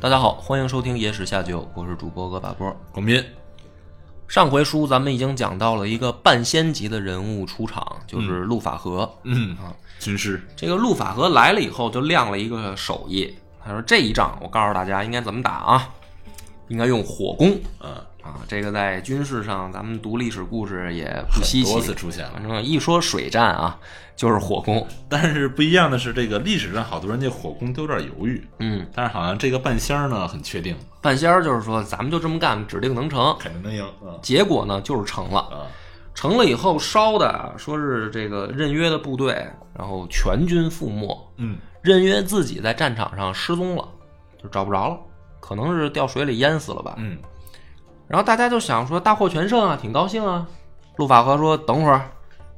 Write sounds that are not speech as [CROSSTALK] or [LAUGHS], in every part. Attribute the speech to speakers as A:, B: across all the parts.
A: 大家好，欢迎收听《野史下酒》，我是主播恶把波。
B: 广斌，
A: 上回书咱们已经讲到了一个半仙级的人物出场，就是陆法和。
B: 嗯军师，
A: 这个陆法和来了以后，就亮了一个手艺。他说：“这一仗，我告诉大家应该怎么打啊，应该用火攻
B: 啊，
A: 啊。这个在军事上，咱们读历史故事也不稀
B: 多
A: 奇。
B: 次出现了
A: 反。正一说水战啊，就是火攻。
B: 但是不一样的是，这个历史上好多人对火攻都有点犹豫，
A: 嗯，
B: 但是好像这个半仙儿呢很确定，
A: 半仙儿就是说，咱们就这么干，指定能成。
B: 肯定能赢啊
A: 结果呢，就是成了。
B: 啊！
A: 成了以后烧的，啊说是这个任约的部队，然后全军覆没。
B: 嗯，
A: 任约自己在战场上失踪了，就找不着了，可能是掉水里淹死了吧。
B: 嗯，
A: 然后大家就想说大获全胜啊，挺高兴啊。陆法和说：“等会儿，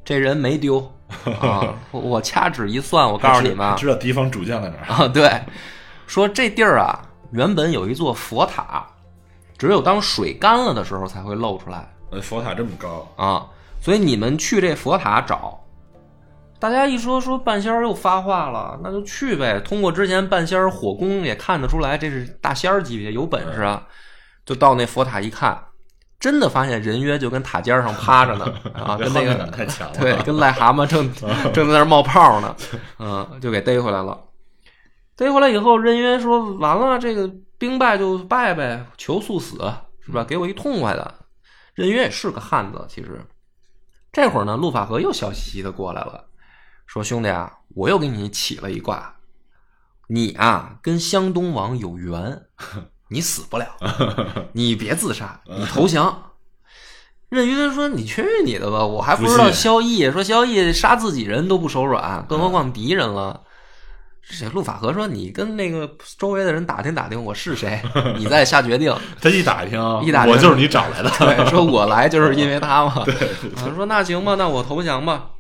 A: 这人没丢
B: [LAUGHS]
A: 啊， [LAUGHS] 我我掐指一算，我
B: 我
A: 告诉你们啊
B: 知道敌方主将在哪儿。
A: 啊，对，说这地儿啊，原本有一座佛塔，只有当水干了的时候才会露出来。”
B: 呃，佛塔这么高，
A: 啊，所以你们去这佛塔找。大家一说说半仙儿又发话了，那就去呗。通过之前半仙儿火攻也看得出来，这是大仙儿级别，有本事啊。就到那佛塔一看，真的发现人约就跟塔尖儿上趴着呢 [LAUGHS] 啊，跟那
B: 画面
A: 个
B: 感太强了。
A: 对，跟癞蛤蟆正正在那儿冒泡呢，嗯，就给逮回来了。逮回来以后，任约说：“完了，这个兵败就败呗，求速死，是吧？给我一痛快的。”任约也是个汉子，其实。这会儿呢，陆法和又笑嘻嘻的过来了，说：“兄弟啊，我又给你起了一卦，你啊跟湘东王有缘，你死不了，你别自杀，你投降。”任约说：“你去你的吧，我还不知道
B: 不信
A: 萧绎说萧绎杀自己人都不手软，更何况敌人了。”这陆法和说：“你跟那个周围的人打听打听，我是谁，你再下决定。”
B: 他一打听啊，
A: 一打听
B: 我就是你找来的。
A: 对，说我来就是因为他嘛。啊，说那行吧，那我投降吧。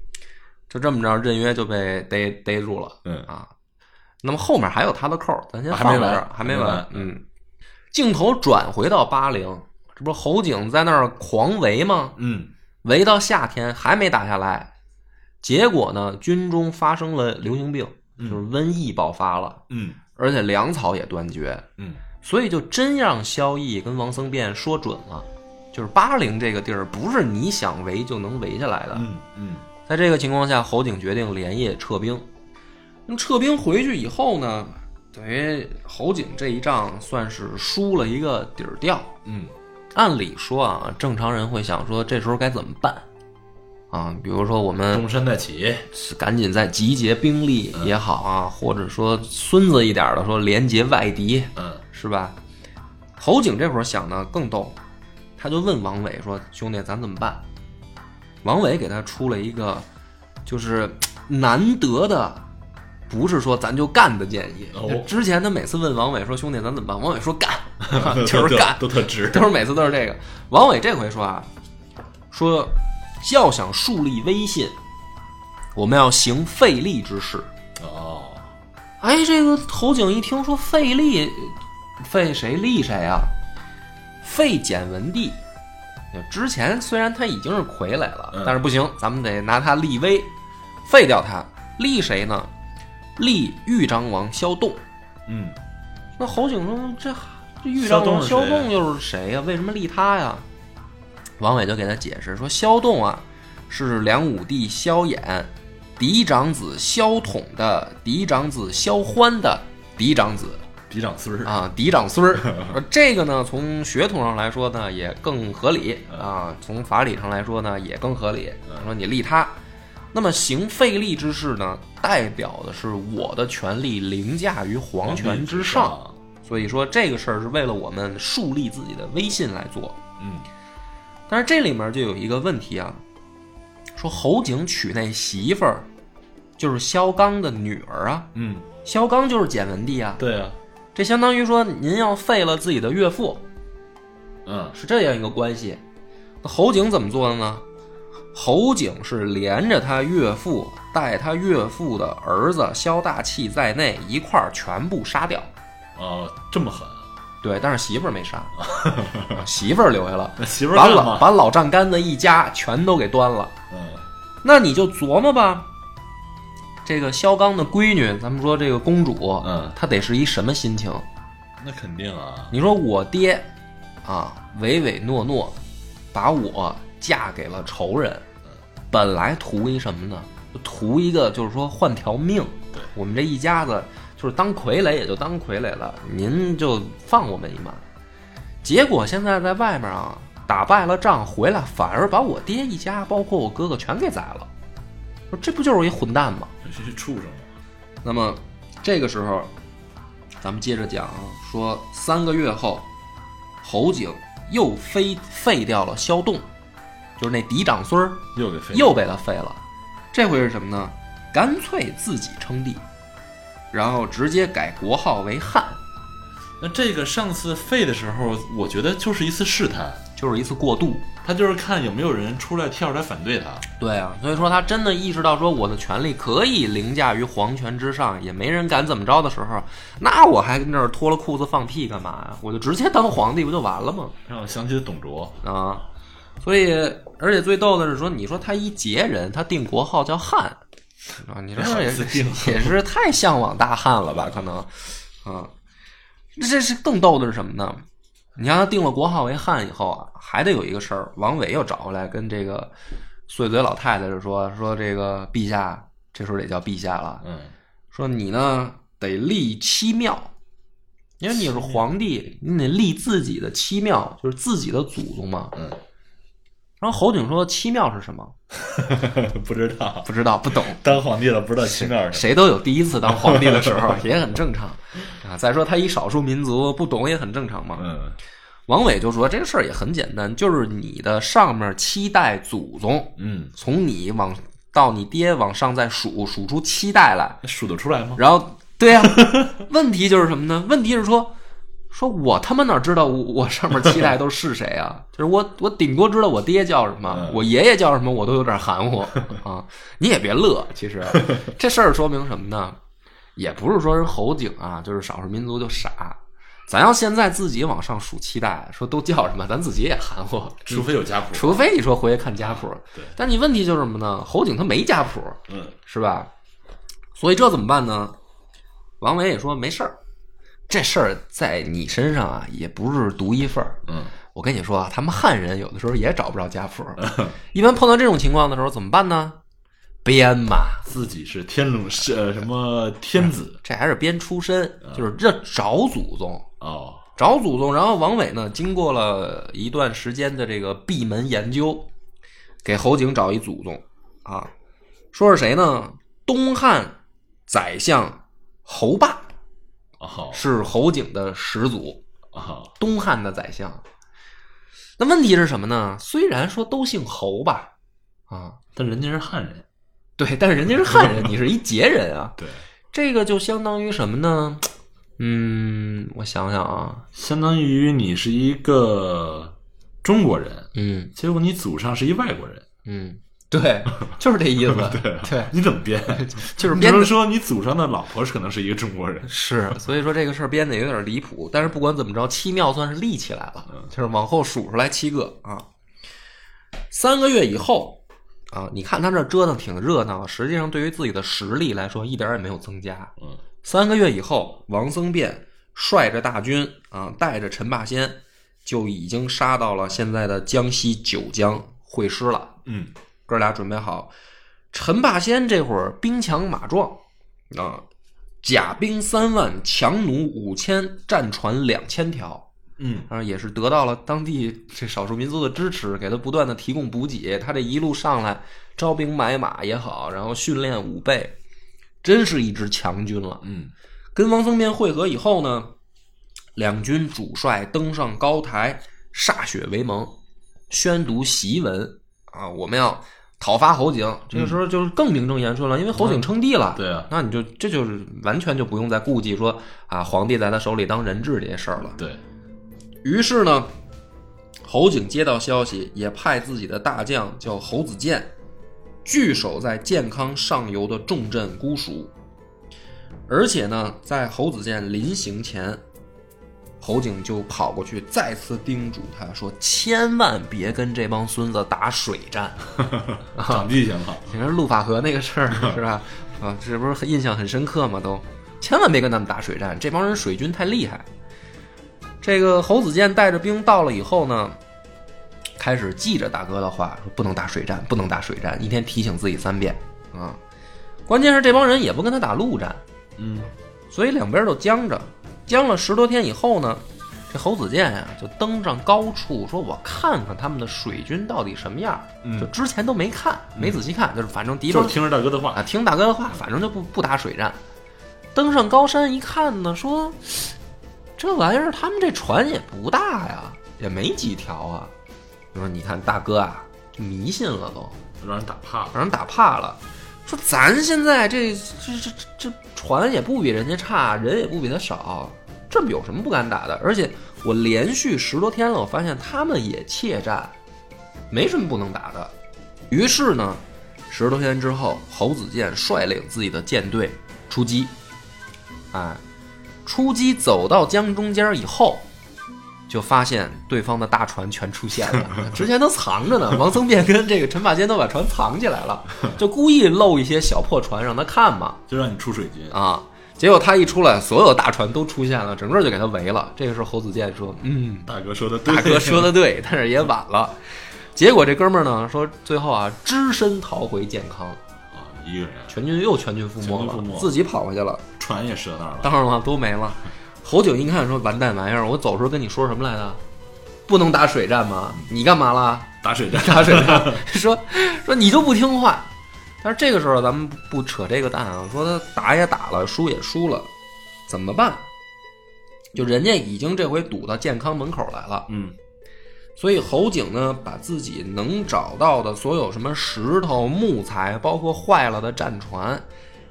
A: 就这么着，任约就被逮逮住了
B: 嗯，
A: 啊。那么后面还有他的扣儿，咱先
B: 还
A: 放
B: 没
A: 在
B: 完
A: 这儿还没
B: 还没
A: 完
B: 完。
A: 嗯，镜头转回到巴陵，这不是侯景在那儿狂围吗？
B: 嗯，
A: 围到夏天还没打下来，结果呢，军中发生了流行病，就是瘟疫爆发了，
B: 嗯，
A: 而且粮草也断绝。
B: 嗯，
A: 所以就真让萧绎跟王僧辩说准了，就是巴陵这个地儿不是你想围就能围下来的。
B: 嗯，嗯，
A: 在这个情况下，侯景决定连夜撤兵。那么撤兵回去以后呢，等于侯景这一仗算是输了一个底儿掉。
B: 嗯，
A: 按理说啊，正常人会想说这时候该怎么办啊？比如说我们
B: 东山再起，
A: 赶紧再集结兵力也好啊，或者说孙子一点儿的说联结外敌，
B: 嗯，
A: 是吧？侯景这会儿想的更逗，他就问王伟说：“兄弟，咱怎么办？”王伟给他出了一个，就是嘖难得的，不是说咱就干的建议。
B: 哦
A: 之前他每次问王伟说：“兄弟，咱怎么办？”王伟说：“干，就是
B: [LAUGHS]
A: 干。”
B: 都特直。
A: 都是每次都是这个。王伟这回说啊，说要想树立威信，我们要行费力之事。
B: 哦，
A: 哎，这个侯景一听说废立，废谁立谁啊？废简文帝。之前虽然他已经是傀儡了，
B: 嗯
A: 但是不行，咱们得拿他立威，废掉他。立谁呢？立豫章王萧栋。
B: 嗯，
A: 那侯景说：“这这豫章王萧
B: 萧
A: 栋
B: 栋
A: 又是啊谁呀、为什么立他呀？”王伟就给他解释说：“萧栋啊，是梁武帝萧衍嫡长子萧统的嫡长子萧欢的嫡长子
B: 嫡长孙儿，
A: 啊，嫡长 [LAUGHS] 孙儿。而这个呢，从血统上来说呢，也更合理啊；从法理上来说呢，也更合理。说你立他，那么行废立之事呢，代表的是我的权力凌驾于皇权之上。”
B: 上。
A: 所以说这个事儿是为了我们树立自己的威信来做。
B: 嗯，
A: 但是这里面就有一个问题啊，说侯景娶那媳妇儿就是萧纲的女儿啊，
B: 嗯，
A: 萧纲就是简文帝啊，
B: 对啊，
A: 这相当于说您要废了自己的岳父，
B: 嗯
A: 是这样一个关系。那侯景怎么做的呢？侯景是连着他岳父，带他岳父的儿子萧大器在内一块儿全部杀掉。
B: 哦，这么狠啊，
A: 对，但是媳妇儿没杀， [LAUGHS] 媳妇儿留下了，
B: 那 [LAUGHS] 媳妇儿
A: 把
B: 干
A: 老
B: 嘛？
A: 把老丈杆子一家全都给端了。
B: 嗯
A: 那你就琢磨吧，这个萧纲的闺女，咱们说这个公主，
B: 嗯，
A: 她得是一什么心情？啊
B: 那肯定啊，
A: 你说我爹啊，唯唯诺诺，把我嫁给了仇人，本来图一什么呢？图一个就是说换条命。我们这一家子就是当傀儡也就当傀儡了，您就放我们一马。结果现在在外面啊，打败了仗回来，反而把我爹一家，包括我哥哥全给宰了。说这不就是一混蛋吗？
B: 这是畜生啊，
A: 那么这个时候，咱们接着讲啊，说三个月后，侯景又非废掉了萧栋，就是那嫡长孙儿
B: 又给废了
A: 又被他废了。这回是什么呢？干脆自己称帝，然后直接改国号为汉，
B: 那这个上次废的时候，我觉得就是一次试探，
A: 就是一次过渡。
B: 他就是看有没有人出来跳出来反对他。
A: 对啊，所以说他真的意识到说我的权力可以凌驾于皇权之上，也没人敢怎么着的时候，那我还跟这儿脱了裤子放屁干嘛呀？我就直接当皇帝不就完了吗？
B: 让我想起了董卓，
A: 啊，所以而且最逗的是说，你说他一杰人，他定国号叫汉，啊，你说也是也是太向往大汉了吧？可能，啊，这是更逗的是什么呢？你让他定了国号为汉以后啊，还得有一个事儿，王伟又找过来跟这个碎嘴老太太就说说这个陛下，这时候得叫陛下了，
B: 嗯，
A: 说你呢得立七庙，因为你是皇帝，你得立自己的七庙，就是自己的祖宗嘛。
B: 嗯。
A: 然后侯景说：“七庙是什么？
B: [LAUGHS] 不知道
A: 不知道，不懂。
B: 当皇帝了，不知道七面
A: 谁都有第一次当皇帝的时候，也很正常啊。再说他一少数民族，不懂也很正常嘛。
B: 嗯
A: 王伟就说：这个事儿也很简单，就是你的上面七代祖宗，
B: 嗯，
A: 从你往到你爹往上再数，数出七代来，
B: 那哎数得出来吗？
A: 然后，对
B: [LAUGHS]
A: 呀、问题就是什么呢？问题是说，说我他妈哪知道我我上面七代都是谁啊？ [LAUGHS] 就是我我顶多知道我爹叫什么
B: 嗯，
A: 我爷爷叫什么，我都有点含糊
B: [LAUGHS]
A: 啊。你也别乐，其实这事儿说明什么呢？也不是说人侯景啊，就是少数民族就傻。咱要现在自己往上数七代，说都叫什么，咱自己也含糊。
B: 除非有家谱，
A: 除非你说回去看家谱
B: 对，
A: 但你问题就是什么呢？侯景他没家谱，
B: 嗯
A: 是吧？所以这怎么办呢？王维也说没事儿，这事儿在你身上啊也不是独一份儿。
B: 嗯，
A: 我跟你说啊，他们汉人有的时候也找不着家谱，一般碰到这种情况的时候怎么办呢？编嘛，
B: 自己是天龙是呃什么天子
A: 这还是编出身，就是这找祖宗，
B: [LAUGHS] 哦，
A: 找祖宗。然后王伟呢，经过了一段时间的这个闭门研究，给侯景找一祖宗啊，说是谁呢？东汉宰相侯霸
B: 哦
A: 是侯景的始祖，
B: 哦，
A: 东汉的宰相。那问题是什么呢？虽然说都姓侯吧，啊，
B: 但人家是汉人，
A: 对，但是人家是汉人，你是一杰人啊，
B: 对，
A: 这个就相当于什么呢？嗯，我想想啊，
B: 相当于你是一个中国人，
A: 嗯
B: 结果你祖上是一外国人，
A: 嗯， [LAUGHS] 对，就是这意思，
B: [LAUGHS] 对
A: 对，
B: 你怎么
A: [LAUGHS]
B: 编？
A: 就是
B: 你
A: 编的
B: 只能说你祖上的老婆是可能是一个中国人，
A: 是，所以说这个事儿编的有点离谱，但是不管怎么着，七庙算是立起来了，
B: 嗯
A: 就是往后数出来七个啊。三个月以后啊，你看他这折腾挺热闹，实际上对于自己的实力来说一点儿也没有增加。
B: 嗯，
A: 三个月以后，王僧辩率着大军啊，带着陈霸先，就已经杀到了现在的江西九江会师了。
B: 嗯，
A: 哥俩准备好。陈霸先这会儿兵强马壮啊，甲兵三万，强弩五千，战船两千条，
B: 嗯，
A: 啊，也是得到了当地这少数民族的支持，给他不断的提供补给。他这一路上来，招兵买马也好，然后训练武备，真是一支强军了。
B: 嗯，
A: 跟王僧辩会合以后呢，两军主帅登上高台，歃血为盟，宣读檄文啊，我们要讨伐侯景。这个时候就是更名正言顺了，因为侯景称帝了。
B: 对啊，
A: 那你就这就是完全就不用再顾忌说啊，皇帝在他手里当人质这些事儿了。
B: 对，
A: 于是呢，侯景接到消息，也派自己的大将叫侯子建，据守在健康上游的重镇姑熟。而且呢，在侯子建临行前，侯景就跑过去再次叮嘱他说：“千万别跟这帮孙子打水战。” [LAUGHS] 啊
B: 长记性了，
A: 你说陆法和那个事儿是吧？啊，这不是印象很深刻吗？都千万别跟他们打水战，这帮人水军太厉害。这个侯子健带着兵到了以后呢，开始记着大哥的话，说不能打水战，不能打水战，一天提醒自己三遍啊。关键是这帮人也不跟他打陆战，
B: 嗯，
A: 所以两边都僵着。僵了十多天以后呢，这侯子健啊就登上高处，说我看看他们的水军到底什么样儿。
B: 嗯
A: 就之前都没看，没仔细看，就是反正敌
B: 就
A: 方
B: 是听着大哥的
A: 啊，
B: 话，
A: 听大哥的话，反正就不不打水战。登上高山一看呢，说这玩意儿他们这船也不大呀，也没几条啊。我说你看大哥啊，迷信了都，
B: 让人打怕了。
A: 让人打怕了。说咱现在这这这这这船也不比人家差，人也不比他少，这有什么不敢打的？而且我连续十多天了，我发现他们也怯战，没什么不能打的。于是呢，十多天之后，侯子健率领自己的舰队出击，哎，出击走到江中间以后，就发现对方的大船全出现了， [LAUGHS] 之前都藏着呢。 [LAUGHS] 王僧辩跟这个陈法先都把船藏起来
B: [LAUGHS]
A: 了，就故意露一些小破船让他看嘛
B: 就让你出水军，
A: 啊。结果他一出来，所有大船都出现了，整个就给他围了。这个时候侯子健说：“嗯，
B: 大哥说的对，
A: 大哥说的对， [LAUGHS] 但是也晚了。”结果这哥们儿呢说，最后啊，只身逃回健康，
B: 啊，一个人
A: 全军又全军覆没
B: 全军覆
A: 了，
B: 没
A: 自己跑回去了。
B: 船也折那儿了，
A: 当然了，都没了。侯景一看说：“完蛋玩意儿，我走时候跟你说什么来着？不能打水战吗？你干嘛啦？
B: 打水战，
A: 打水战？说说你就不听话。”但是这个时候咱们不扯这个蛋啊，说他打也打了，输也输了，怎么办？就人家已经这回堵到健康门口来了，
B: 嗯，
A: 所以侯景呢，把自己能找到的所有什么石头、木材，包括坏了的战船，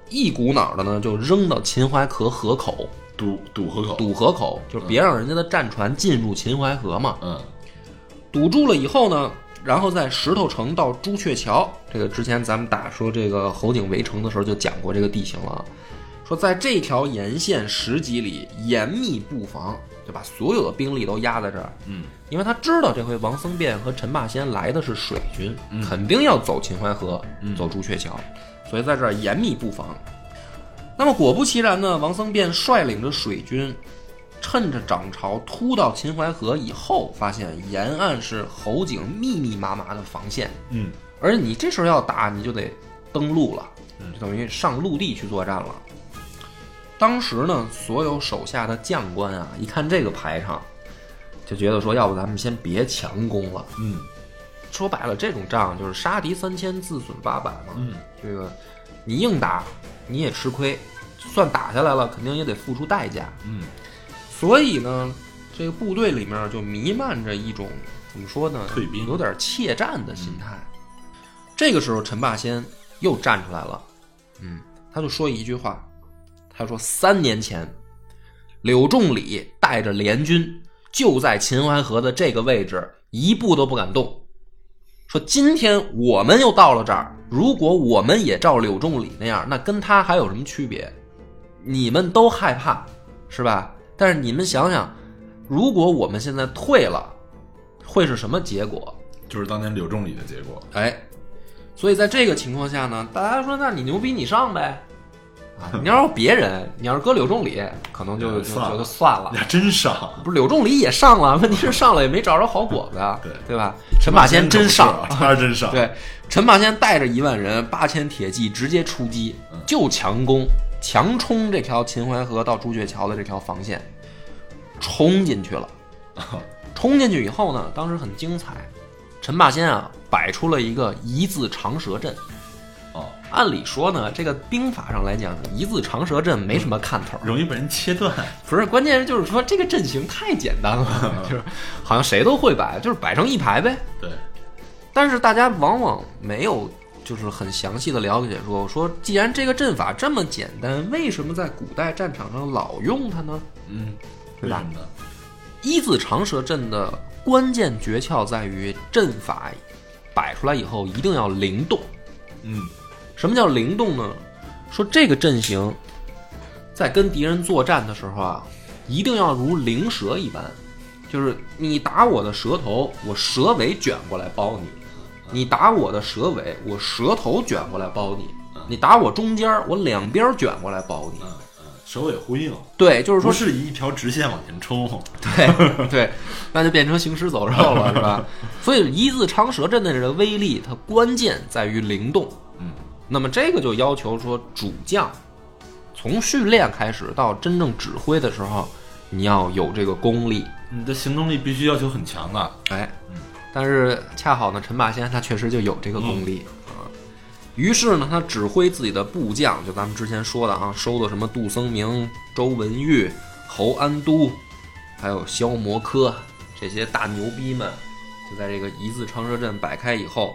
A: 一股脑的呢就扔到秦淮河河口。
B: 堵堵河口，
A: 堵河口，就是别让人家的战船进入秦淮河嘛。
B: 嗯，
A: 堵住了以后呢，然后在石头城到朱雀桥，这个之前咱们打说这个侯景围城的时候就讲过这个地形了啊。说在这条沿线十几里严密布防，就把所有的兵力都压在这儿。
B: 嗯，
A: 因为他知道这回王僧辩和陈霸先来的是水军，肯定要走秦淮河，走朱雀桥，所以在这儿严密布防。那么果不其然呢，王僧辩率领着水军，趁着涨潮突到秦淮河以后，发现沿岸是侯景密密麻麻的防线，
B: 嗯，
A: 而你这时候要打，你就得登陆了，就等于上陆地去作战了。当时呢，所有手下的将官啊，一看这个排场，就觉得说，要不咱们先别强攻了。
B: 嗯，
A: 说白了，这种仗就是杀敌三千，自损八百嘛。
B: 嗯，
A: 这个你硬打你也吃亏，算打下来了，肯定也得付出代价。
B: 嗯，
A: 所以呢，这个部队里面就弥漫着一种怎么说呢，
B: 退兵嗯
A: 有点怯战的心态。这个时候，陈霸先又站出来了，嗯，他就说一句话，他说三年前，柳仲礼带着联军就在秦淮河的这个位置，一步都不敢动。说今天我们又到了这儿，如果我们也照柳仲礼那样，那跟他还有什么区别？你们都害怕，是吧？但是你们想想，如果我们现在退了，会是什么结果？
B: 就是当年柳仲礼的结果，
A: 哎，所以在这个情况下呢，大家说，那你牛逼，你上呗。啊，你要是别人，你要是搁柳仲礼，可能就就就
B: 算了
A: 就算了 [LAUGHS]
B: 你。还真傻，
A: 不是柳仲礼也上了，问题是上了也没找着好果子啊，
B: 对
A: 对吧？陈霸先真上， [LAUGHS]
B: 啊，他是真 [LAUGHS] 上，
A: 对，陈霸先带着一万人、八千铁骑直接出击，就强攻、强冲这条秦淮河到朱雀桥的这条防线，冲进去了。哦冲进去以后呢，当时很精彩，陈霸先啊摆出了一个一字长蛇阵。
B: 哦，
A: 按理说呢，这个兵法上来讲，一字长蛇阵没什么看头儿，
B: 容易被人切断，
A: [LAUGHS] 不是，关键是就是说这个阵型太简单了，就是好像谁都会摆，就是摆成一排呗。
B: 对，
A: 但是大家往往没有就是很详细的了解说说，既然这个阵法这么简单，为什么在古代战场上老用它呢？
B: 嗯，
A: 对
B: 为
A: 吧
B: 什么呢？
A: 一字长蛇阵的关键诀窍在于阵法摆出来以后一定要灵动。
B: 嗯
A: 什么叫灵动呢？说这个阵型在跟敌人作战的时候啊，一定要如灵蛇一般，就是你打我的蛇头，我蛇尾卷过来包你；你打我的蛇尾，我蛇头卷过来包你；你打我中间，我两边卷过来包你。
B: 嗯嗯，首尾呼应，
A: 对，就是说
B: 不是一条直线往前冲。
A: 对对，那就变成行尸走肉了，是吧？所以一字长蛇阵的这个威力，它关键在于灵动。
B: 嗯，
A: 那么这个就要求说主将从训练开始到真正指挥的时候，你要有这个功力。
B: 你的行动力必须要求很强啊的。
A: 哎，但是恰好呢，陈霸先他确实就有这个功力啊。于是呢，他指挥自己的部将，就咱们之前说的啊，收的什么杜僧明、周文玉、侯安都，还有萧摩柯这些大牛逼们，就在这个一字长蛇阵摆开以后，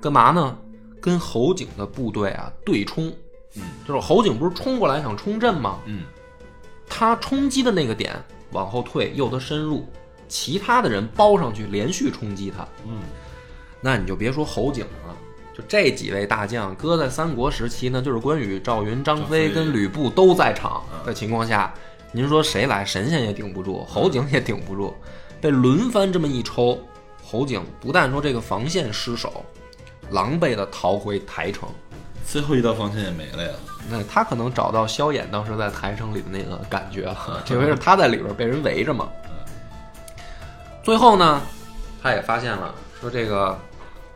A: 干嘛呢？跟侯景的部队啊对冲。
B: 嗯，
A: 就是侯景不是冲过来想冲阵吗？
B: 嗯
A: 他冲击的那个点往后退，诱他深入，其他的人包上去连续冲击他，
B: 嗯
A: 那你就别说侯景了。就这几位大将，搁在三国时期呢，就是关羽、赵云、张飞嗯
B: 张飞
A: 跟吕布都在场的情况下，您说谁来？神仙也顶不住，侯景也顶不住，被轮番这么一抽，侯景不但说这个防线失守，狼狈的逃回台城。
B: 最后一道防线也没了呀。
A: 那他可能找到萧衍当时在台城里的那个感觉了，这回是他在里边被人围着嘛。最后呢，他也发现了，说这个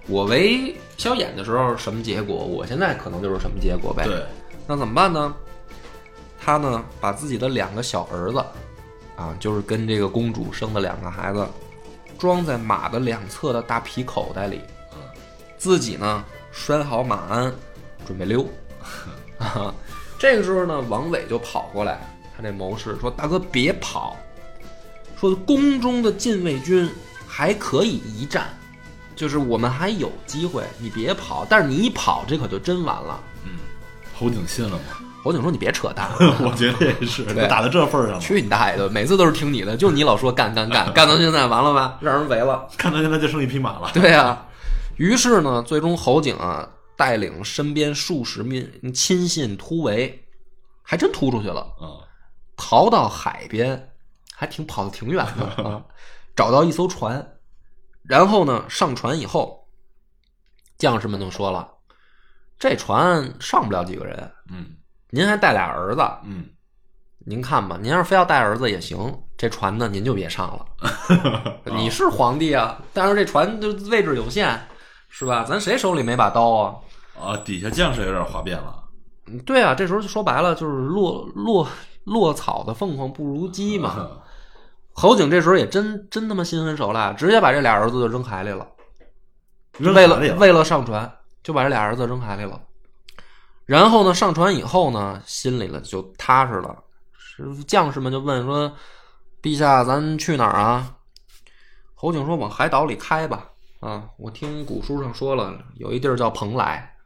A: 我围萧衍的时候是什么结果，我现在可能就是什么结果呗。
B: 对，
A: 那怎么办呢？他呢，把自己的两个小儿子，啊，就是跟这个公主生的两个孩子，装在马的两侧的大皮口袋里，自己呢拴好马鞍，准备溜。 [LAUGHS] 啊这个时候呢，王伟就跑过来，他这谋士说：“大哥别跑，说宫中的禁卫军还可以一战，就是我们还有机会，你别跑。但是你一跑，这可就真完了。”
B: 侯景信了
A: [LAUGHS]
B: 吗？
A: 侯景说：“你别扯淡，啊
B: 我觉得也是，
A: 对
B: 都打到这份儿上了，
A: 去你大爷的！每次都是听你的，就你老说干干干，干到现在完了吧？ [LAUGHS] 让人围了。
B: 看到现在就剩一匹马了。
A: 对啊，于是呢，最终侯景啊带领身边数十名亲信突围，还真突出去了，
B: 嗯
A: 逃到海边，还挺跑的挺远的 [LAUGHS] 啊，找到一艘船，然后呢上船以后，将士们都说了，这船上不了几个人，
B: 嗯
A: 您还带俩儿子，
B: 嗯，
A: 您看吧，您要是非要带儿子也行，这船呢您就别上了。你是皇帝啊，但是这船就位置有限，是吧？咱谁手里没把刀啊？
B: 啊，底下将士有点哗变了。
A: 嗯对啊，这时候就说白了就是落落落草的凤凰不如鸡
B: [LAUGHS]
A: 嘛。
B: 嗯
A: 侯景这时候也真真他妈心狠手辣，直接把这俩儿子就扔海里了。
B: 扔
A: 为
B: 海里啊
A: 了为了上船，就把这俩儿子扔海里了。然后呢，上船以后呢，心里了就踏实了。是将士们就问说：“陛下，咱去哪儿啊？”侯景说：“往海岛里开吧。”啊，我听古书上说了，有一地儿叫蓬莱，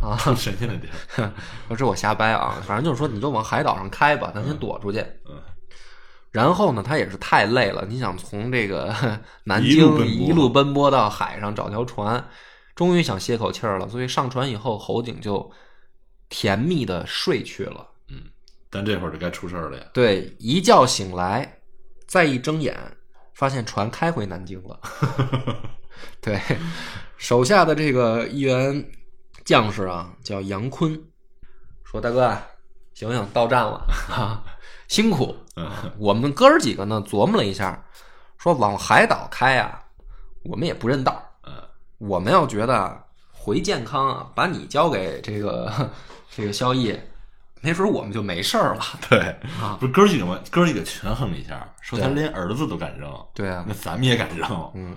A: 啊，
B: 神仙的地儿。
A: 不是我瞎掰啊，反正就是说你就往海岛上开吧，咱先躲出去。
B: 嗯
A: 然后呢，他也是太累了。你想从这
B: [LAUGHS]
A: 个南
B: 一
A: 京
B: 路奔波
A: 一路奔波到海上找条船，终于想歇口气儿了，所以上船以后，侯景就甜蜜的睡去了。
B: 嗯，但这会儿就该出事儿了呀。
A: 对，一觉醒来，再一睁眼，发现船开回南京了。 [LAUGHS] 对，手下的这个一员将士啊，叫杨坤，说：“大哥啊，醒醒，到站了，哈，辛苦。”
B: 嗯
A: [LAUGHS] 我们哥儿几个呢琢磨了一下，说往海岛开啊，我们也不认道儿，
B: 嗯
A: 我们要觉得啊回健康啊，把你交给这个 [LAUGHS] 这个萧毅，没准儿我们就没事儿了。
B: [LAUGHS] 对
A: 啊，
B: 不是哥儿几个吗？哥儿几个权衡了一下，说他
A: 对
B: 连儿子都敢扔，
A: 对啊
B: 那，咱们也敢扔。
A: 嗯。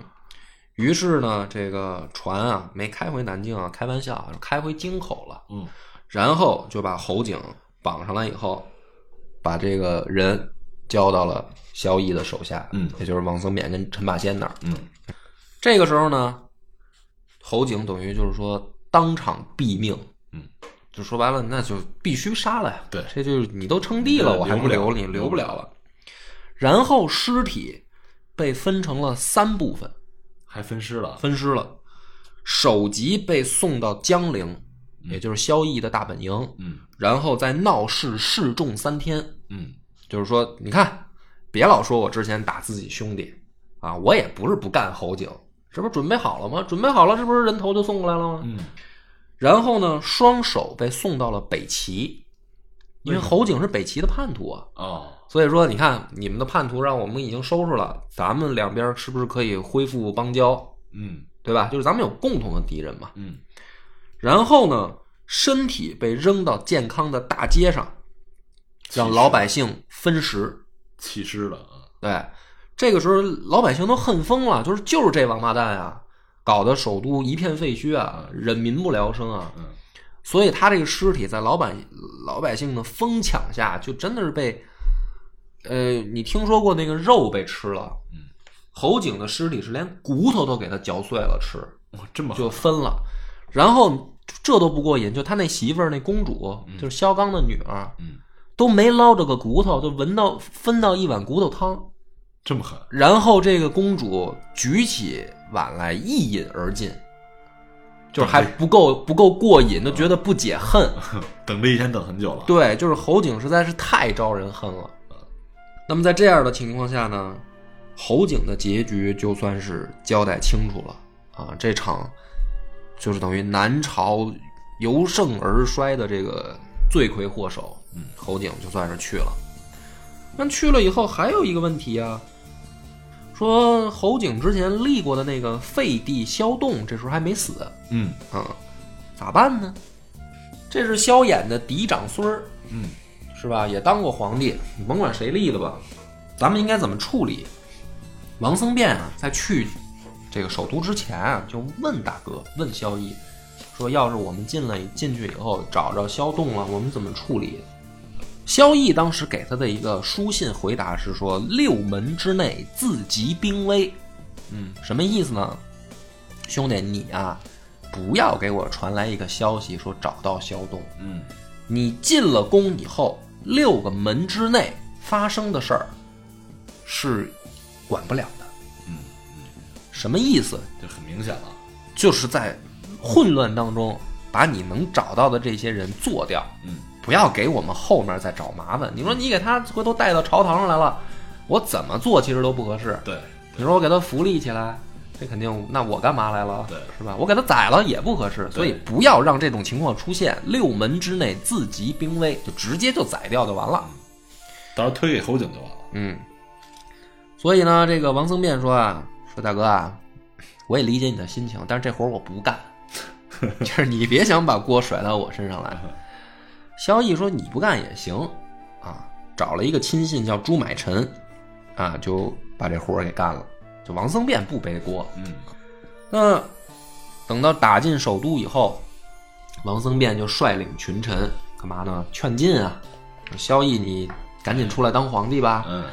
A: 于是呢，这个船啊没开回南京啊，开玩笑啊，开回京口了。
B: 嗯
A: 然后就把侯景绑上来以后，把这个人交到了萧毅的手下，
B: 嗯
A: 也就是王僧勉跟陈霸先那儿。
B: 嗯
A: 这个时候呢，侯景等于就是说当场毙命，
B: 嗯，
A: 就说白了，那就必须杀了呀。
B: 对
A: 这就是你都称帝了，
B: 你
A: 我还
B: 留
A: 不
B: 不了
A: 留你，留不了了。然后尸体被分成了三部分，
B: 还分尸了，
A: 分尸了。首级被送到江陵，
B: 嗯
A: 也就是萧绎的大本营，
B: 嗯
A: 然后在闹市示众三天。
B: 嗯
A: 就是说，你看，别老说我之前打自己兄弟啊，我也不是不干侯景，这不是准备好了吗？准备好了，这不是人头就送过来了吗？
B: 嗯，
A: 然后呢，双手被送到了北齐，因为侯景是北齐的叛徒啊。
B: 哦，
A: 所以说，你看你们的叛徒让我们已经收拾了，咱们两边是不是可以恢复邦交，
B: 嗯
A: 对吧？就是咱们有共同的敌人嘛。
B: 嗯
A: 然后呢，身体被扔到健康的大街上，让老百姓分食。
B: 弃尸了啊，
A: 对，这个时候老百姓都恨疯了，就是就是这王八蛋啊，搞得首都一片废墟啊，人民不聊生啊。
B: 嗯
A: 所以他这个尸体在老百老百姓的疯抢下，就真的是被，呃，你听说过那个肉被吃了？
B: 嗯，
A: 侯景的尸体是连骨头都给他嚼碎了吃，
B: 哇，这么
A: 就分了。然后这都不过瘾，就他那媳妇儿那公主，就是萧纲的女儿，
B: 嗯
A: 都没捞着个骨头，就闻到分到一碗骨头汤。
B: 这么狠，
A: 然后这个公主举起碗来一饮而尽，就是还不够不够过瘾，就觉得不解恨。
B: 等这一天等很久了，
A: 对，就是侯景实在是太招人恨了。那么在这样的情况下呢，侯景的结局就算是交代清楚了啊。这场就是等于南朝由盛而衰的这个罪魁祸首，嗯，侯景就算是去了。那去了以后还有一个问题啊，说侯景之前立过的那个废帝萧栋，这时候还没死，
B: 嗯
A: 嗯，咋办呢？这是萧衍的嫡长孙儿，
B: 嗯，
A: 是吧？也当过皇帝，你甭管谁立的吧，咱们应该怎么处理？王僧辩啊，在去这个首都之前啊，就问大哥，问萧绎，说要是我们进来进去以后找着萧栋了，我们怎么处理？萧绎当时给他的一个书信回答是说：“六门之内自极兵危。”
B: 嗯，
A: 什么意思呢？兄弟，你啊，不要给我传来一个消息说找到萧栋。
B: 嗯
A: 你进了宫以后，六个门之内发生的事儿是管不了的。
B: 嗯，
A: 什么意思？
B: 这很明显了，
A: 就是在混乱当中把你能找到的这些人做掉，
B: 嗯
A: 不要给我们后面再找麻烦。你说你给他回头带到朝堂上来了，我怎么做其实都不合适。
B: 对，
A: 你说我给他扶立起来，这肯定，那我干嘛来了？
B: 对
A: 是吧？我给他宰了也不合适，所以不要让这种情况出现。六门之内自极兵危，就直接就宰掉就完了。
B: 到时候推给侯景就完了，
A: 嗯，所以呢，这个王僧辩说啊，说大哥啊，我也理解你的心情，但是这活儿我不干，就是你别想把锅甩到我身上来。萧绎说你不干也行啊，找了一个亲信叫朱买臣，啊，就把这活儿给干了。就王僧辩不背锅，
B: 嗯
A: 那等到打进首都以后，王僧辩就率领群臣干嘛呢？劝进啊，萧绎你赶紧出来当皇帝吧。
B: 嗯，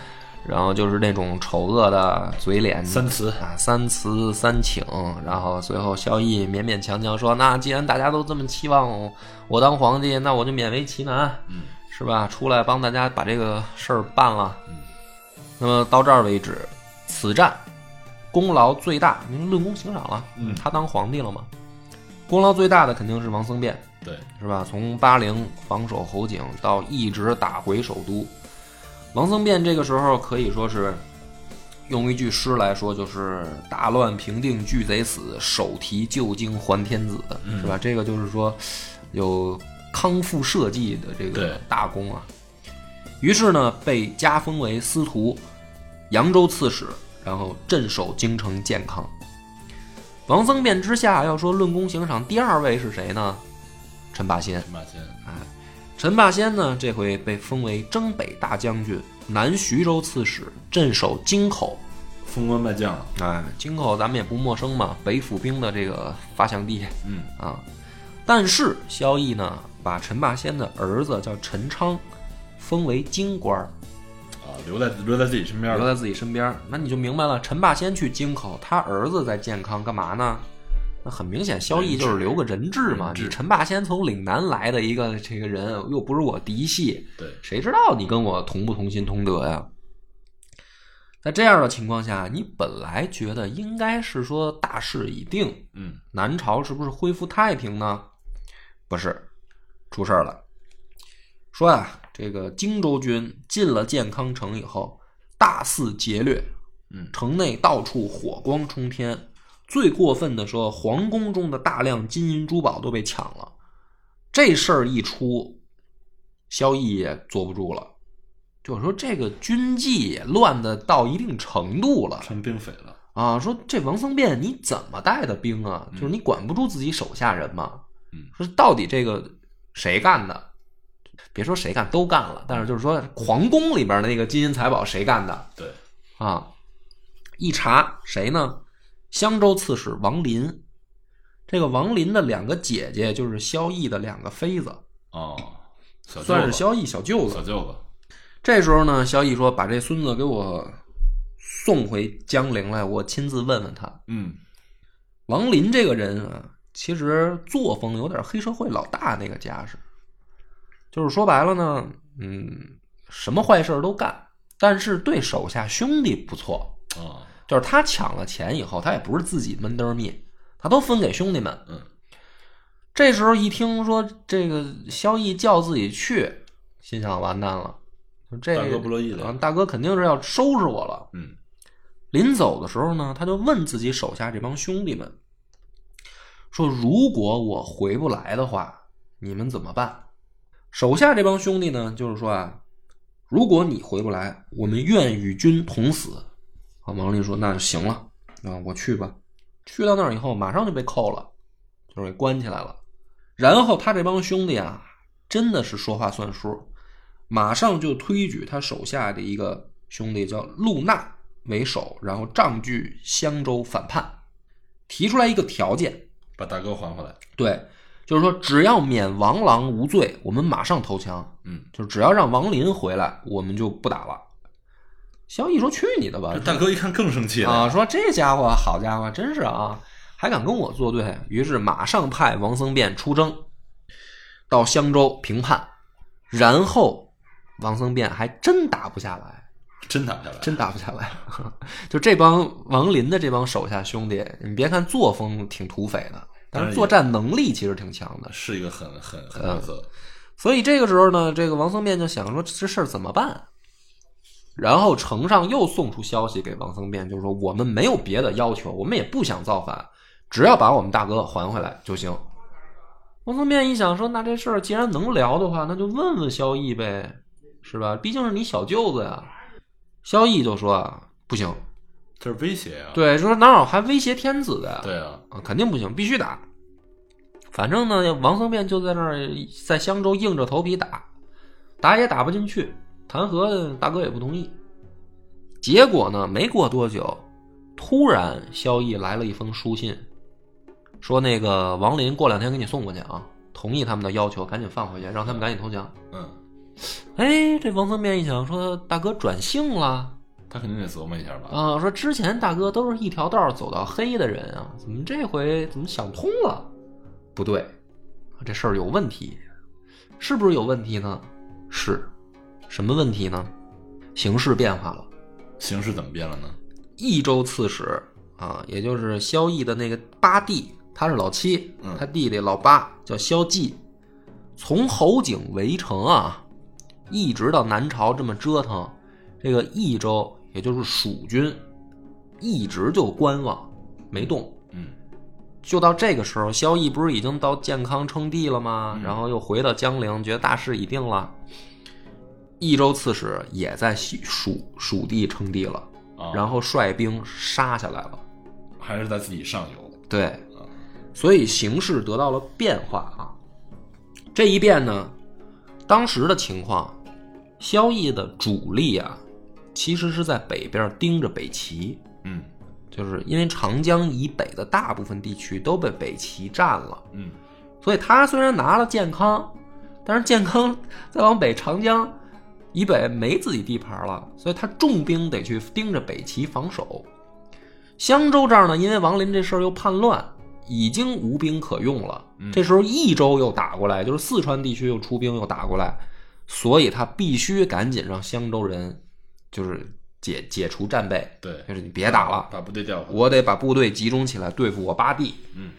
A: 然后就是那种丑恶的嘴脸，
B: 三词
A: 啊，三词三请，然后随后萧绎勉勉强强说：“那既然大家都这么期望我我当皇帝，那我就勉为其难，
B: 嗯
A: 是吧？出来帮大家把这个事儿办了。
B: 嗯”
A: 那么到这儿为止，此战功劳最大，因为论功行赏了，
B: 嗯
A: 他当皇帝了嘛，功劳最大的肯定是王僧辩，
B: 对，
A: 是吧？从巴陵防守侯景到一直打回首都，王僧辩这个时候可以说是用一句诗来说，就是“大乱平定巨贼死，手提旧经还天子”，
B: 嗯
A: 是吧？这个就是说有康复社稷的这
B: 对
A: 个大功啊。于是呢，被加封为司徒、扬州刺史，然后镇守京城健康。王僧辩之下，要说论功行赏，第二位是谁呢？陈霸先。
B: 陈霸先，
A: 陈霸先呢，这回被封为征北大将军、南徐州刺史，镇守京口。
B: 封官拜将了，
A: 哎，京口咱们也不陌生嘛，北府兵的这个发祥地
B: 嗯
A: 啊。但是萧绎呢，把陈霸先的儿子叫陈昌封为京官儿，
B: 啊，留在留在自己身边
A: 留
B: 了，
A: 在自己身边儿。那你就明白了，陈霸先去京口，他儿子在健康干嘛呢？那很明显，萧绎就是留个人质嘛。
B: 人质
A: 你陈霸先从岭南来的一个这个人，又不是我嫡系，
B: 对，
A: 谁知道你跟我同不同心同德呀？在这样的情况下，你本来觉得应该是说大势已定，
B: 嗯，
A: 南朝是不是恢复太平呢？不是，出事儿了。说呀、这个荆州军进了建康城以后，大肆劫掠，
B: 嗯
A: 城内到处火光冲天。最过分的说，皇宫中的大量金银珠宝都被抢了。这事儿一出，萧绎也坐不住了。就是说，这个军纪也乱的到一定程度了，
B: 成兵匪了。
A: 啊，说这王僧辩你怎么带的兵啊？就是你管不住自己手下人嘛。
B: 嗯
A: 说到底这个谁干的？别说谁干，都干了。但是就是说，皇宫里边那个金银财宝谁干的
B: 对，
A: 啊？一查谁呢？襄州刺史王林。这个王林的两个姐姐就是萧绎的两个妃子，
B: 哦，小舅子
A: 算是萧绎小舅子
B: 小。舅子，
A: 这时候呢，萧绎说：“把这孙子给我送回江陵来，我亲自问问他。”
B: 嗯
A: 王林这个人啊，其实作风有点黑社会老大那个架势，就是说白了呢，嗯，什么坏事儿都干，但是对手下兄弟不错。
B: 哦，
A: 就是他抢了钱以后，他也不是自己闷得儿灭，他都分给兄弟们。
B: 嗯，
A: 这时候一听说这个萧逸叫自己去，心想完蛋了，这
B: 大哥不乐意了
A: 啊大哥肯定是要收拾我了。
B: 嗯
A: 临走的时候呢，他就问自己手下这帮兄弟们说：“如果我回不来的话，你们怎么办？”手下这帮兄弟呢，就是说啊，如果你回不来，我们愿与君同死。啊，王林说：“那行了，啊，我去吧。”去到那儿以后，马上就被扣了，就是给关起来了。然后他这帮兄弟啊，真的是说话算数，马上就推举他手下的一个兄弟叫陆纳为首，然后仗据襄州反叛，提出来一个条件，
B: 把大哥还回来。
A: 对，就是说只要免王郎无罪，我们马上投降，
B: 嗯，
A: 就是只要让王林回来，我们就不打了。萧绎说：“去你的吧
B: 这！”大哥一看更生气了。
A: 啊，说这家伙好家伙，真是啊，还敢跟我作对！于是马上派王僧辩出征，到襄州平叛，然后王僧辩还真打不下来，
B: 真打不下来，
A: 真打不下来。 [LAUGHS] 就这帮王林的这帮手下兄弟，你别看作风挺土匪的，但是作战能力其实挺强的。
B: 是一个很很很
A: 啊
B: 难色。
A: 所以这个时候呢，这个王僧辩就想说这事儿怎么办？然后呈上又送出消息给王僧辩，就是说我们没有别的要求，我们也不想造反，只要把我们大哥还回来就行。王僧辩一想说，那这事儿既然能聊的话，那就问问萧绎呗，是吧？毕竟是你小舅子呀。萧绎就说啊，不行，
B: 这是威胁啊！
A: 对，说哪有还威胁天子的呀？
B: 对啊，
A: 啊，肯定不行，必须打。反正呢，王僧辩就在那儿，在襄州硬着头皮打，打也打不进去，弹劾大哥也不同意。结果呢，没过多久，突然萧绎来了一封书信，说那个王林过两天给你送过去啊，同意他们的要求，赶紧放回去，让他们赶紧投降。
B: 嗯，
A: 哎，这王僧辩一想说，大哥转性了，
B: 他肯定得琢磨一下吧？
A: 啊，说之前大哥都是一条道儿走到黑的人啊，怎么这回怎么想通了？不对，这事儿有问题，是不是有问题呢？是，什么问题呢？形势变化了，
B: 形势怎么变了呢？
A: 益州刺史啊，也就是萧绎的那个八弟，他是老七，
B: 嗯
A: 他弟弟老八叫萧纪，从侯景围城啊，一直到南朝这么折腾，这个益州也就是蜀军，一直就观望没动。
B: 嗯
A: 就到这个时候，萧绎不是已经到健康称帝了吗？
B: 嗯
A: 然后又回到江陵，觉得大势已定了。益州刺史也在西蜀蜀地称帝了，
B: 啊，
A: 然后率兵杀下来了。
B: 还是在自己上游。
A: 对
B: 啊，
A: 所以形势得到了变化啊。这一变呢，当时的情况，萧绎的主力啊，其实是在北边盯着北齐，
B: 嗯
A: 就是因为长江以北的大部分地区都被北齐占了，
B: 嗯，
A: 所以他虽然拿了健康，但是健康再往北长江以北没自己地盘了，所以他重兵得去盯着北齐防守。襄州这儿呢，因为王林这事儿又叛乱，已经无兵可用了
B: 嗯。
A: 这时候益州又打过来，就是四川地区又出兵又打过来，所以他必须赶紧让襄州人就是解解除战备，
B: 对，
A: 就是你别打了，
B: 把部队调回来。
A: 我得把部队集中起来对付我八弟。
B: 嗯，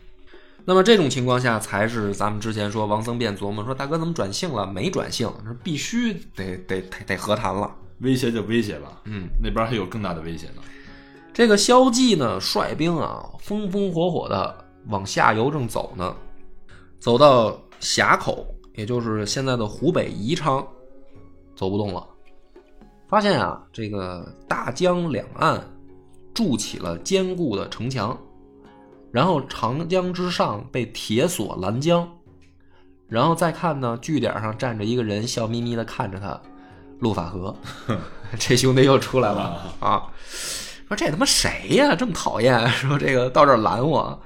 A: 那么这种情况下，才是咱们之前说王僧辩琢磨说大哥怎么转性了？没转性，是必须得得得得和谈了。
B: 威胁就威胁吧，
A: 嗯，
B: 那边还有更大的威胁呢。
A: 这个萧纪呢，率兵啊，风风火火的往下游正走呢，走到峡口，也就是现在的湖北宜昌，走不动了。发现啊，这个大江两岸筑起了坚固的城墙，然后长江之上被铁索拦江，然后再看呢，据点上站着一个人，笑眯眯的看着他，陆法和，这兄弟又出来了啊！说这他妈谁呀、这么讨厌？说这个到这儿拦我。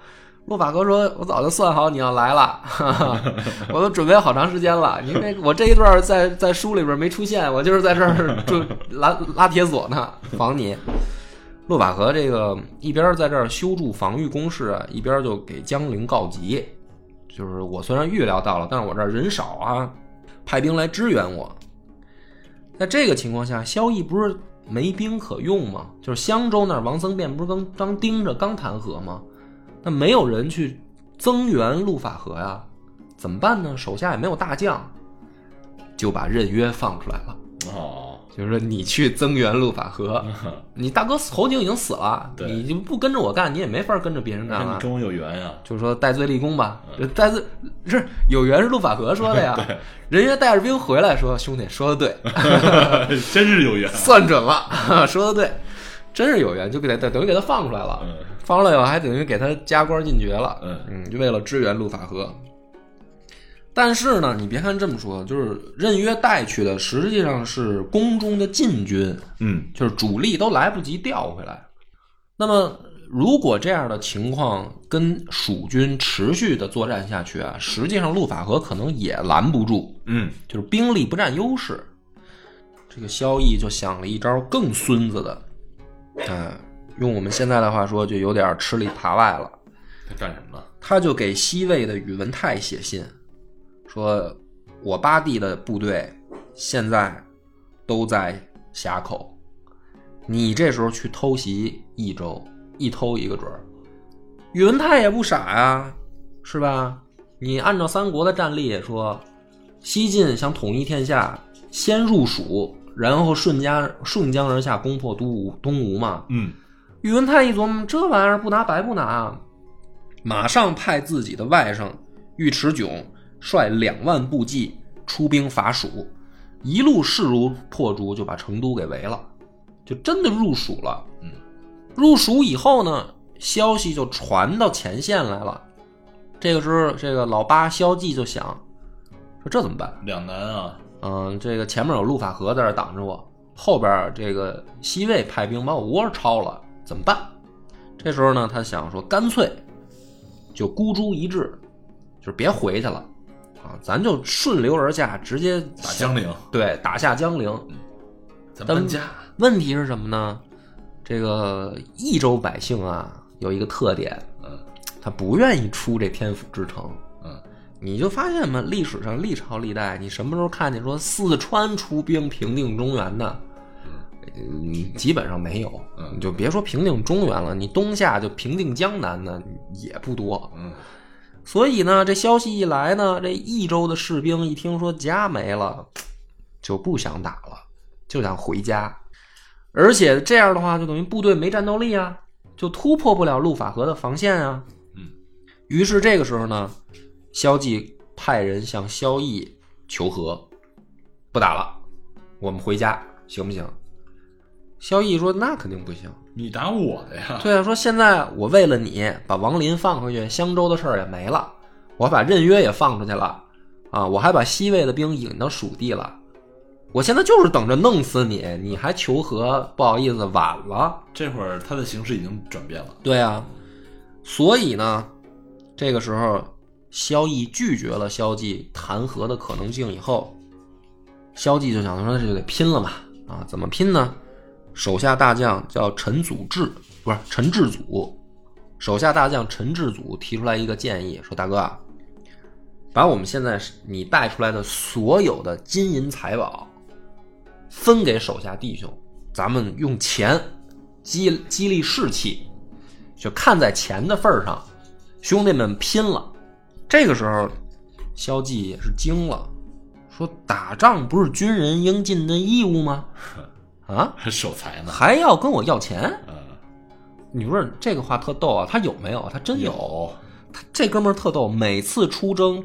A: 陆法和说：“我早就算好你要来了， [LAUGHS] 哈哈，我都准备好长时间了。因为我这一段在在书里边没出现，我就是在这儿就拉拉铁索呢，防你。”陆法和这个一边在这儿修筑防御工事啊，一边就给江陵告急，就是我虽然预料到了，但是我这儿人少啊，派兵来支援我。在这个情况下，萧绎不是没兵可用吗？就是襄州那儿，王僧辩不是刚刚盯着刚弹劾吗？那没有人去增援陆法和呀，怎么办呢？手下也没有大将，就把任约放出来了，
B: 哦，
A: 就是说你去增援陆法
B: [LAUGHS]
A: 和，你大哥侯景已经死了，
B: 对
A: 你就不跟着我干，你也没法跟着别人干
B: 那
A: 了
B: 你。嗯跟我有啊缘 [LAUGHS] 呀、
A: 就是说戴罪立功吧，戴罪是有缘是陆法和说的
B: [LAUGHS]
A: 呀，人家带着兵回来说兄弟说的对，
B: 真是有缘。
A: 算准了， [LAUGHS] 说的对，真是有缘，就给他等于给他放出来了，
B: 嗯
A: 放出来以后还等于给他加官进爵了，
B: 嗯
A: 嗯，就为了支援陆法和。但是呢，你别看这么说，就是任约带去的实际上是宫中的禁军，
B: 嗯，
A: 就是主力都来不及调回来。那么，如果这样的情况跟蜀军持续的作战下去啊，实际上陆法和可能也拦不住，
B: 嗯，
A: 就是兵力不占优势。这个萧绎就想了一招更孙子的，嗯，用我们现在的话说，就有点吃里扒外了。
B: 他干什么了？
A: 他就给西魏的宇文泰写信，说我八弟的部队现在都在峡口，你这时候去偷袭益州，一偷一个准儿。宇文泰也不傻呀、是吧？你按照三国的战例说，西晋想统一天下，先入蜀，然后顺家顺江而下攻破东吴东吴嘛。
B: 嗯，
A: 宇文泰一琢磨，这玩意儿不拿啊白不拿，马上派自己的外甥尉迟迥率两万部骑出兵伐蜀，一路势如破竹，就把成都给围了，就真的入蜀了。
B: 嗯，
A: 入蜀以后呢，消息就传到前线来了。这个时候，这个老八萧纪就想，说这怎么办？
B: 两难啊。
A: 嗯，这个前面有陆法和在这儿挡着我，后边儿这个西魏派兵把我窝儿抄了，怎么办？这时候呢，他想说，干脆就孤注一掷，就是别回去了啊，咱就顺流而下，直接
B: 打江陵，
A: 对打下江陵。
B: 咱
A: 咱
B: 搬
A: 们
B: 家。
A: 问题是什么呢？这个益州百姓啊，有一个特点，
B: 嗯
A: 他不愿意出这天府之城。
B: 嗯，
A: 你就发现嘛，历史上历朝历代，你什么时候看见说四川出兵平定中原的？嗯，基本上没有。
B: 嗯
A: 你就别说平定中原了，你东夏就平定江南呢也不多。
B: 嗯
A: 所以呢，这消息一来呢，这益州的士兵一听说家没了，就不想打了，就想回家。而且这样的话，就等于部队没战斗力啊，就突破不了陆法和的防线啊。
B: 嗯，
A: 于是这个时候呢，萧纪派人向萧绎求和，不打了，我们回家行不行？萧绎说：“那肯定不行。
B: 你打我的呀？
A: 对啊，说现在我为了你把王林放回去，襄州的事儿也没了，我把任约也放出去了，啊，我还把西魏的兵引到蜀地了，我现在就是等着弄死你，你还求和，不好意思，晚了。
B: 这会儿他的形势已经转变了。
A: 对啊，所以呢，这个时候萧绎拒绝了萧纪弹劾的可能性以后，萧纪就想说那就得拼了嘛，啊，怎么拼呢？手下大将叫陈祖志，不是陈志祖，手下大将陈志祖提出来一个建议，说：“大哥啊，把我们现在你带出来的所有的金银财宝，分给手下弟兄，咱们用钱激激励士气，就看在钱的份儿上，兄弟们拼了。”这个时候，萧纪也是惊了，说：“打仗不是军人应尽的义务吗？ [LAUGHS] 啊，
B: 守财呢？
A: 还要跟我要钱？
B: 嗯，
A: 你不是这个话特逗啊？他有没有？他真有。
B: 有
A: 他这哥们儿特逗，每次出征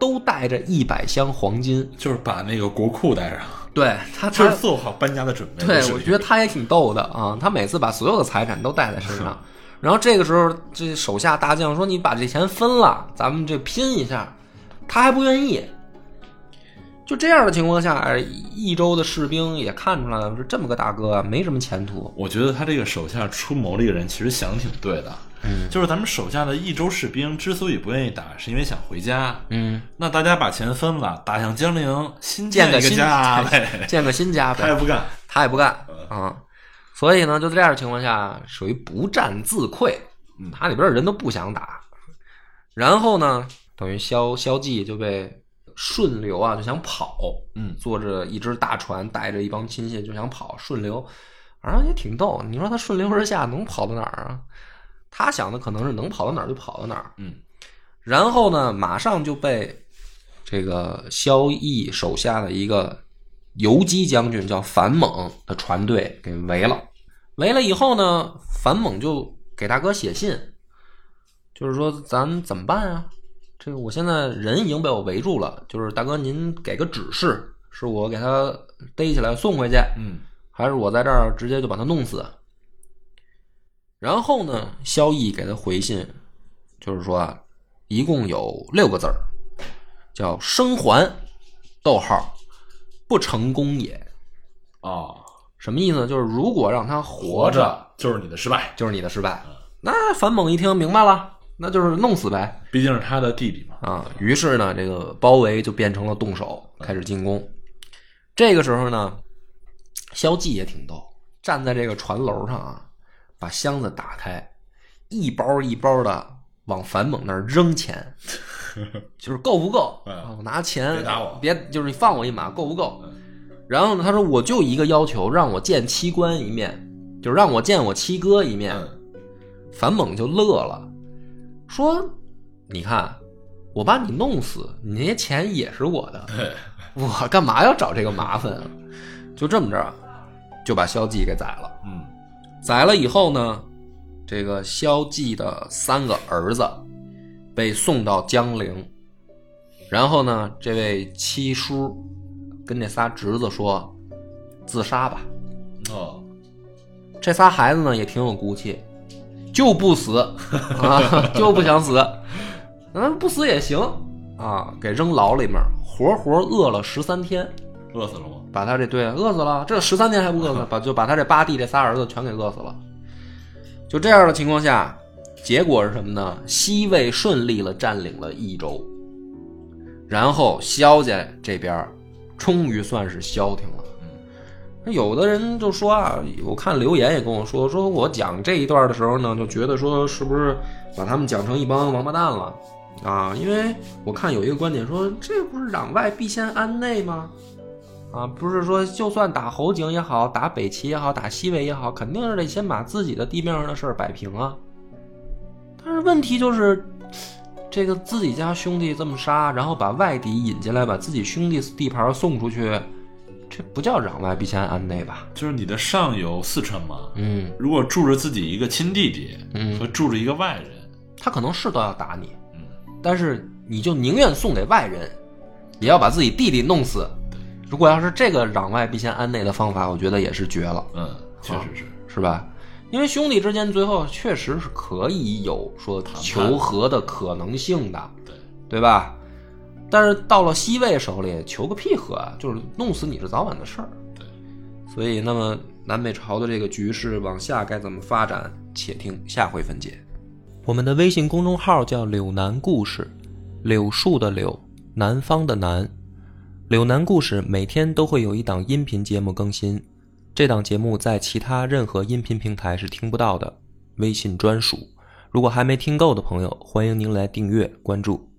A: 都带着一百箱黄金。
B: 就是把那个国库带上，
A: 对他，
B: 就
A: 他
B: 是做好搬家的准备。
A: 对
B: 哎就是
A: 我觉得他也挺逗的啊。他每次把所有的财产都带在身上，然后这个时候这手下大将说：“你把这钱分了，咱们这拼一下。”他还不愿意。就这样的情况下，哎益州的士兵也看出来了，说这么个大哥啊，没什么前途。
B: 我觉得他这个手下出谋这个人其实想得挺对的，嗯，就是咱们手下的益州士兵之所以不愿意打，是因为想回家。
A: 嗯，
B: 那大家把钱分了，打向江陵，新
A: 建
B: 一个
A: 新
B: 家
A: [LAUGHS]
B: 呗，
A: 建个新家呗。
B: [LAUGHS] 他也不干。
A: 他也不干啊。所以呢，就这样的情况下，属于不战自溃
B: 嗯。
A: 他里边的人都不想打，然后呢，等于萧萧纪就被顺流啊就想跑，
B: 嗯
A: 坐着一只大船，带着一帮亲戚就想跑顺流，反正也挺逗。你说他顺流而下能跑到哪儿啊？他想的可能是能跑到哪儿就跑到哪儿，
B: 嗯，
A: 然后呢，马上就被这个萧绎手下的一个游击将军叫樊猛的船队给围了。围了以后呢，樊猛就给大哥写信，就是说咱怎么办啊？这个我现在人已经被我围住了，就是大哥您给个指示，是我给他逮起来送回去，
B: 嗯，
A: 还是我在这儿直接就把他弄死？啊然后呢，萧绎给他回信，就是说啊，一共有六个字儿，叫“生还”，逗号，不成功也。
B: 哦，
A: 什么意思呢？就是如果让他活
B: 活
A: 着，
B: 着就是你的失败，
A: 就是你的失败。
B: 嗯
A: 那樊猛一听明白了，那就是弄死呗。
B: 毕竟是他的弟弟嘛。
A: 啊，于是呢，这个包围就变成了动手，
B: 嗯
A: 开始进攻。这个时候呢，萧纪也挺逗，站在这个船楼上啊，把箱子打开，一包一包的往樊猛那儿扔
B: [LAUGHS]
A: 钱，就是够不够？
B: 嗯
A: 啊我拿钱，
B: 别打我嗯
A: 别就是你放我一马，够不够？然后呢，他说我就一个要求，让我见七官一面，就是让我见我七哥一面。
B: 嗯，
A: 樊猛就乐了，说：“你看，我把你弄死，你那些钱也是我的，
B: 对，
A: 我干嘛要找这个麻烦啊？”就这么着，就把萧纪给宰了。
B: 嗯，
A: 宰了以后呢，这个萧纪的三个儿子被送到江陵，然后呢，这位七叔跟这仨侄子说：“自杀吧。”
B: 哦，
A: 这仨孩子呢也挺有骨气，就不死啊，就不想死，嗯，不死也行啊，给扔牢里面，活活饿了十三天，
B: 饿死了吗？
A: 把他这对饿死了，这十三天还不饿死，把就把他这八弟这仨儿子全给饿死了。就这样的情况下，结果是什么呢？西魏顺利了占领了益州，然后萧家这边儿终于算是消停了。那有的人就说啊，我看留言也跟我说，说我讲这一段的时候呢，就觉得说是不是把他们讲成一帮王八蛋了啊？因为我看有一个观点说，这不是攘外必先安内吗？啊，不是说就算打侯景也好，打北齐也好，打西魏也好，肯定是得先把自己的地面上的事儿摆平啊。但是问题就是，这个自己家兄弟这么杀，然后把外敌引进来，把自己兄弟地盘送出去，这不叫攘外必先安内吧？
B: 就是你的上游四川嘛，
A: 嗯，
B: 如果住着自己一个亲弟弟，
A: 嗯
B: 和住着一个外人，
A: 他可能是都要打你，
B: 嗯，
A: 但是你就宁愿送给外人，也要把自己弟弟弄死。如果要是这个攘外必先安内的方法，我觉得也是绝了。
B: 嗯，确实是，
A: 是吧？因为兄弟之间最后确实是可以有说求和的可能性的，
B: 对，
A: 对吧？但是到了西魏手里，求个屁和啊，就是弄死你是早晚的事儿。
B: 对，
A: 所以，那么南北朝的这个局势往下该怎么发展，且听下回分解。我们的微信公众号叫“柳南故事”，柳树的柳，南方的南。柳南故事每天都会有一档音频节目更新，这档节目在其他任何音频平台是听不到的，微信专属。如果还没听够的朋友，欢迎您来订阅关注。